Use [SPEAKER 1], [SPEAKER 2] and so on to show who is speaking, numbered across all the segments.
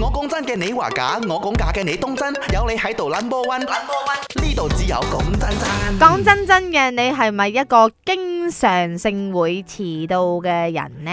[SPEAKER 1] 我講真嘅，你話假；我講假嘅，你當真。有你喺度 number one，number one，呢度只有講真真。
[SPEAKER 2] 講真真嘅，你係咪一個經常性會遲到嘅人呢？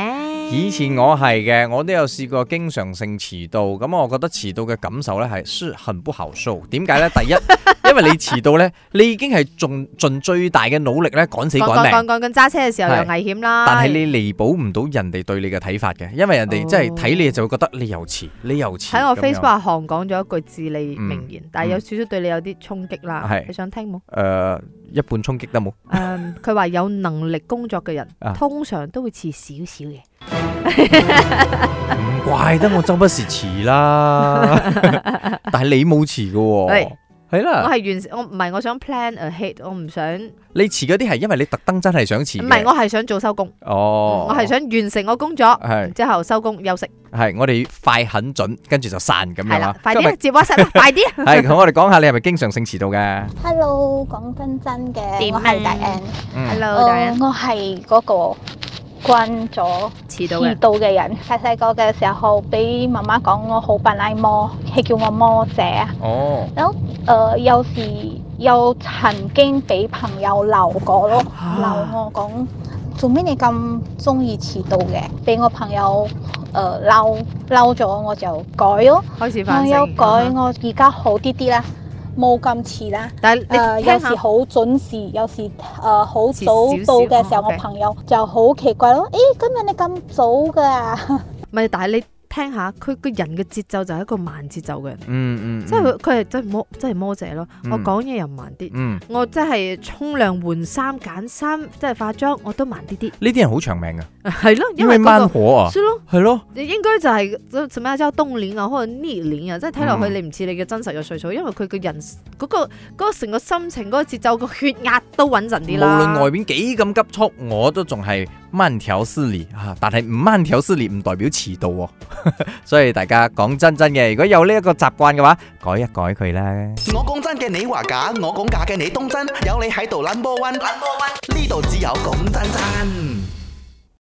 [SPEAKER 3] 以前我係嘅，我都有試過經常性遲到，咁我覺得遲到嘅感受呢係是很不好受。點解呢？第一， 因為你遲到呢，你已經係盡盡最大嘅努力呢趕死趕
[SPEAKER 2] 講
[SPEAKER 3] 命
[SPEAKER 2] 講，講緊揸車嘅時候又危險啦。
[SPEAKER 3] 但係你彌補唔到人哋對你嘅睇法嘅，因為人哋
[SPEAKER 2] 哦
[SPEAKER 3] 真係睇你就會覺得你又遲，你又遲。
[SPEAKER 2] 喺我
[SPEAKER 3] 咁樣
[SPEAKER 2] Facebook 行講咗一句至理名言，但係有
[SPEAKER 3] 嗯
[SPEAKER 2] 少少對你有啲衝擊啦。
[SPEAKER 3] 係
[SPEAKER 2] 你想聽冇？
[SPEAKER 3] 誒一半衝擊 得冇？
[SPEAKER 2] 誒，佢話有能力工作嘅人
[SPEAKER 3] 啊
[SPEAKER 2] 通常都會遲少少嘅。
[SPEAKER 3] 唔怪得我周不時 遲啦，但係你冇遲嘅
[SPEAKER 2] 係
[SPEAKER 3] 喎，係
[SPEAKER 2] 我
[SPEAKER 3] 啦，
[SPEAKER 2] 係完，我唔係我想 plan ahead，我唔想，唔
[SPEAKER 3] 你遲嗰啲係因為你特登真係想遲嘅，
[SPEAKER 2] 係我係想早收工，
[SPEAKER 3] 哦，
[SPEAKER 2] 我係想完成我工作，
[SPEAKER 3] 係
[SPEAKER 2] 然之後收工休息，
[SPEAKER 3] 係我哋快狠準，跟住就散咁
[SPEAKER 2] 係
[SPEAKER 3] 樣
[SPEAKER 2] 啦
[SPEAKER 3] 啦，。
[SPEAKER 2] 快啲啊接 WhatsApp 啦，快 啲。
[SPEAKER 3] 今日係咁，我哋講下你係咪經常性遲到嘅？
[SPEAKER 4] Hello，講真真嘅，
[SPEAKER 2] 點啊
[SPEAKER 4] 我係大 N，
[SPEAKER 3] 嗯，
[SPEAKER 2] Hello，大
[SPEAKER 4] 呃
[SPEAKER 2] 家
[SPEAKER 4] 我係嗰個慣咗
[SPEAKER 2] 遲到
[SPEAKER 4] 遲
[SPEAKER 2] 嘅。
[SPEAKER 4] 到嘅人。細細個嘅時候，俾媽媽講我好扮奶魔，佢叫我魔姐啊。
[SPEAKER 3] 哦，
[SPEAKER 4] 誒，有時又曾經俾朋友鬧過咯，
[SPEAKER 2] 啊
[SPEAKER 4] 鬧我講做咩你咁中意遲到嘅？俾我朋友誒嬲嬲咗，我就改咯。
[SPEAKER 2] 開始
[SPEAKER 4] 我
[SPEAKER 2] 反省。
[SPEAKER 4] 啊有改，我而家好啲啲啦，冇咁遲啦。
[SPEAKER 2] 但係
[SPEAKER 4] 誒、
[SPEAKER 2] 你
[SPEAKER 4] 呃有
[SPEAKER 2] 聽
[SPEAKER 4] 時
[SPEAKER 2] 下，
[SPEAKER 4] 好準時，有時誒好、
[SPEAKER 2] 遲
[SPEAKER 4] 早到嘅
[SPEAKER 2] 少
[SPEAKER 4] 時
[SPEAKER 2] 少
[SPEAKER 4] 候，
[SPEAKER 2] 哦
[SPEAKER 4] 我
[SPEAKER 2] ，OK
[SPEAKER 4] 朋友就好奇怪咯。誒、今日你咁早㗎？
[SPEAKER 2] 唔係，但係你聽下，佢個人嘅節奏就係一個慢節奏嘅人，
[SPEAKER 3] 嗯嗯，
[SPEAKER 2] 即係佢佢係真係魔，真係魔姐咯。
[SPEAKER 3] 嗯
[SPEAKER 2] 我講嘢又慢啲，
[SPEAKER 3] 嗯。
[SPEAKER 2] 我真係沖涼換衫揀衫，即係化妝我都慢啲啲，
[SPEAKER 3] 呢啲人好長命啊，
[SPEAKER 2] 係咯，
[SPEAKER 3] 因
[SPEAKER 2] 為嗰
[SPEAKER 3] 為慢
[SPEAKER 2] 個
[SPEAKER 3] 火啊，
[SPEAKER 2] 係咯，
[SPEAKER 3] 係咯，
[SPEAKER 2] 你應該就係呃什麼叫冬年啊，可能呢年啊，即係睇
[SPEAKER 3] 嗯
[SPEAKER 2] 落去你唔似你嘅真實嘅歲數，因為佢個人嗰個嗰個成個心情嗰個節奏個血壓都穩陣
[SPEAKER 3] 無
[SPEAKER 2] 啲啦。
[SPEAKER 3] 論外邊幾咁急促，我都仲係慢條斯理啊。但係唔慢條斯理唔代表遲到喎， 所以大家講真真嘅，如果有呢一個習慣嘅話，改一改佢啦。
[SPEAKER 1] 我講真嘅，你話假；我講假嘅，你當真。有你喺度 number one，number one，呢度只有講真真。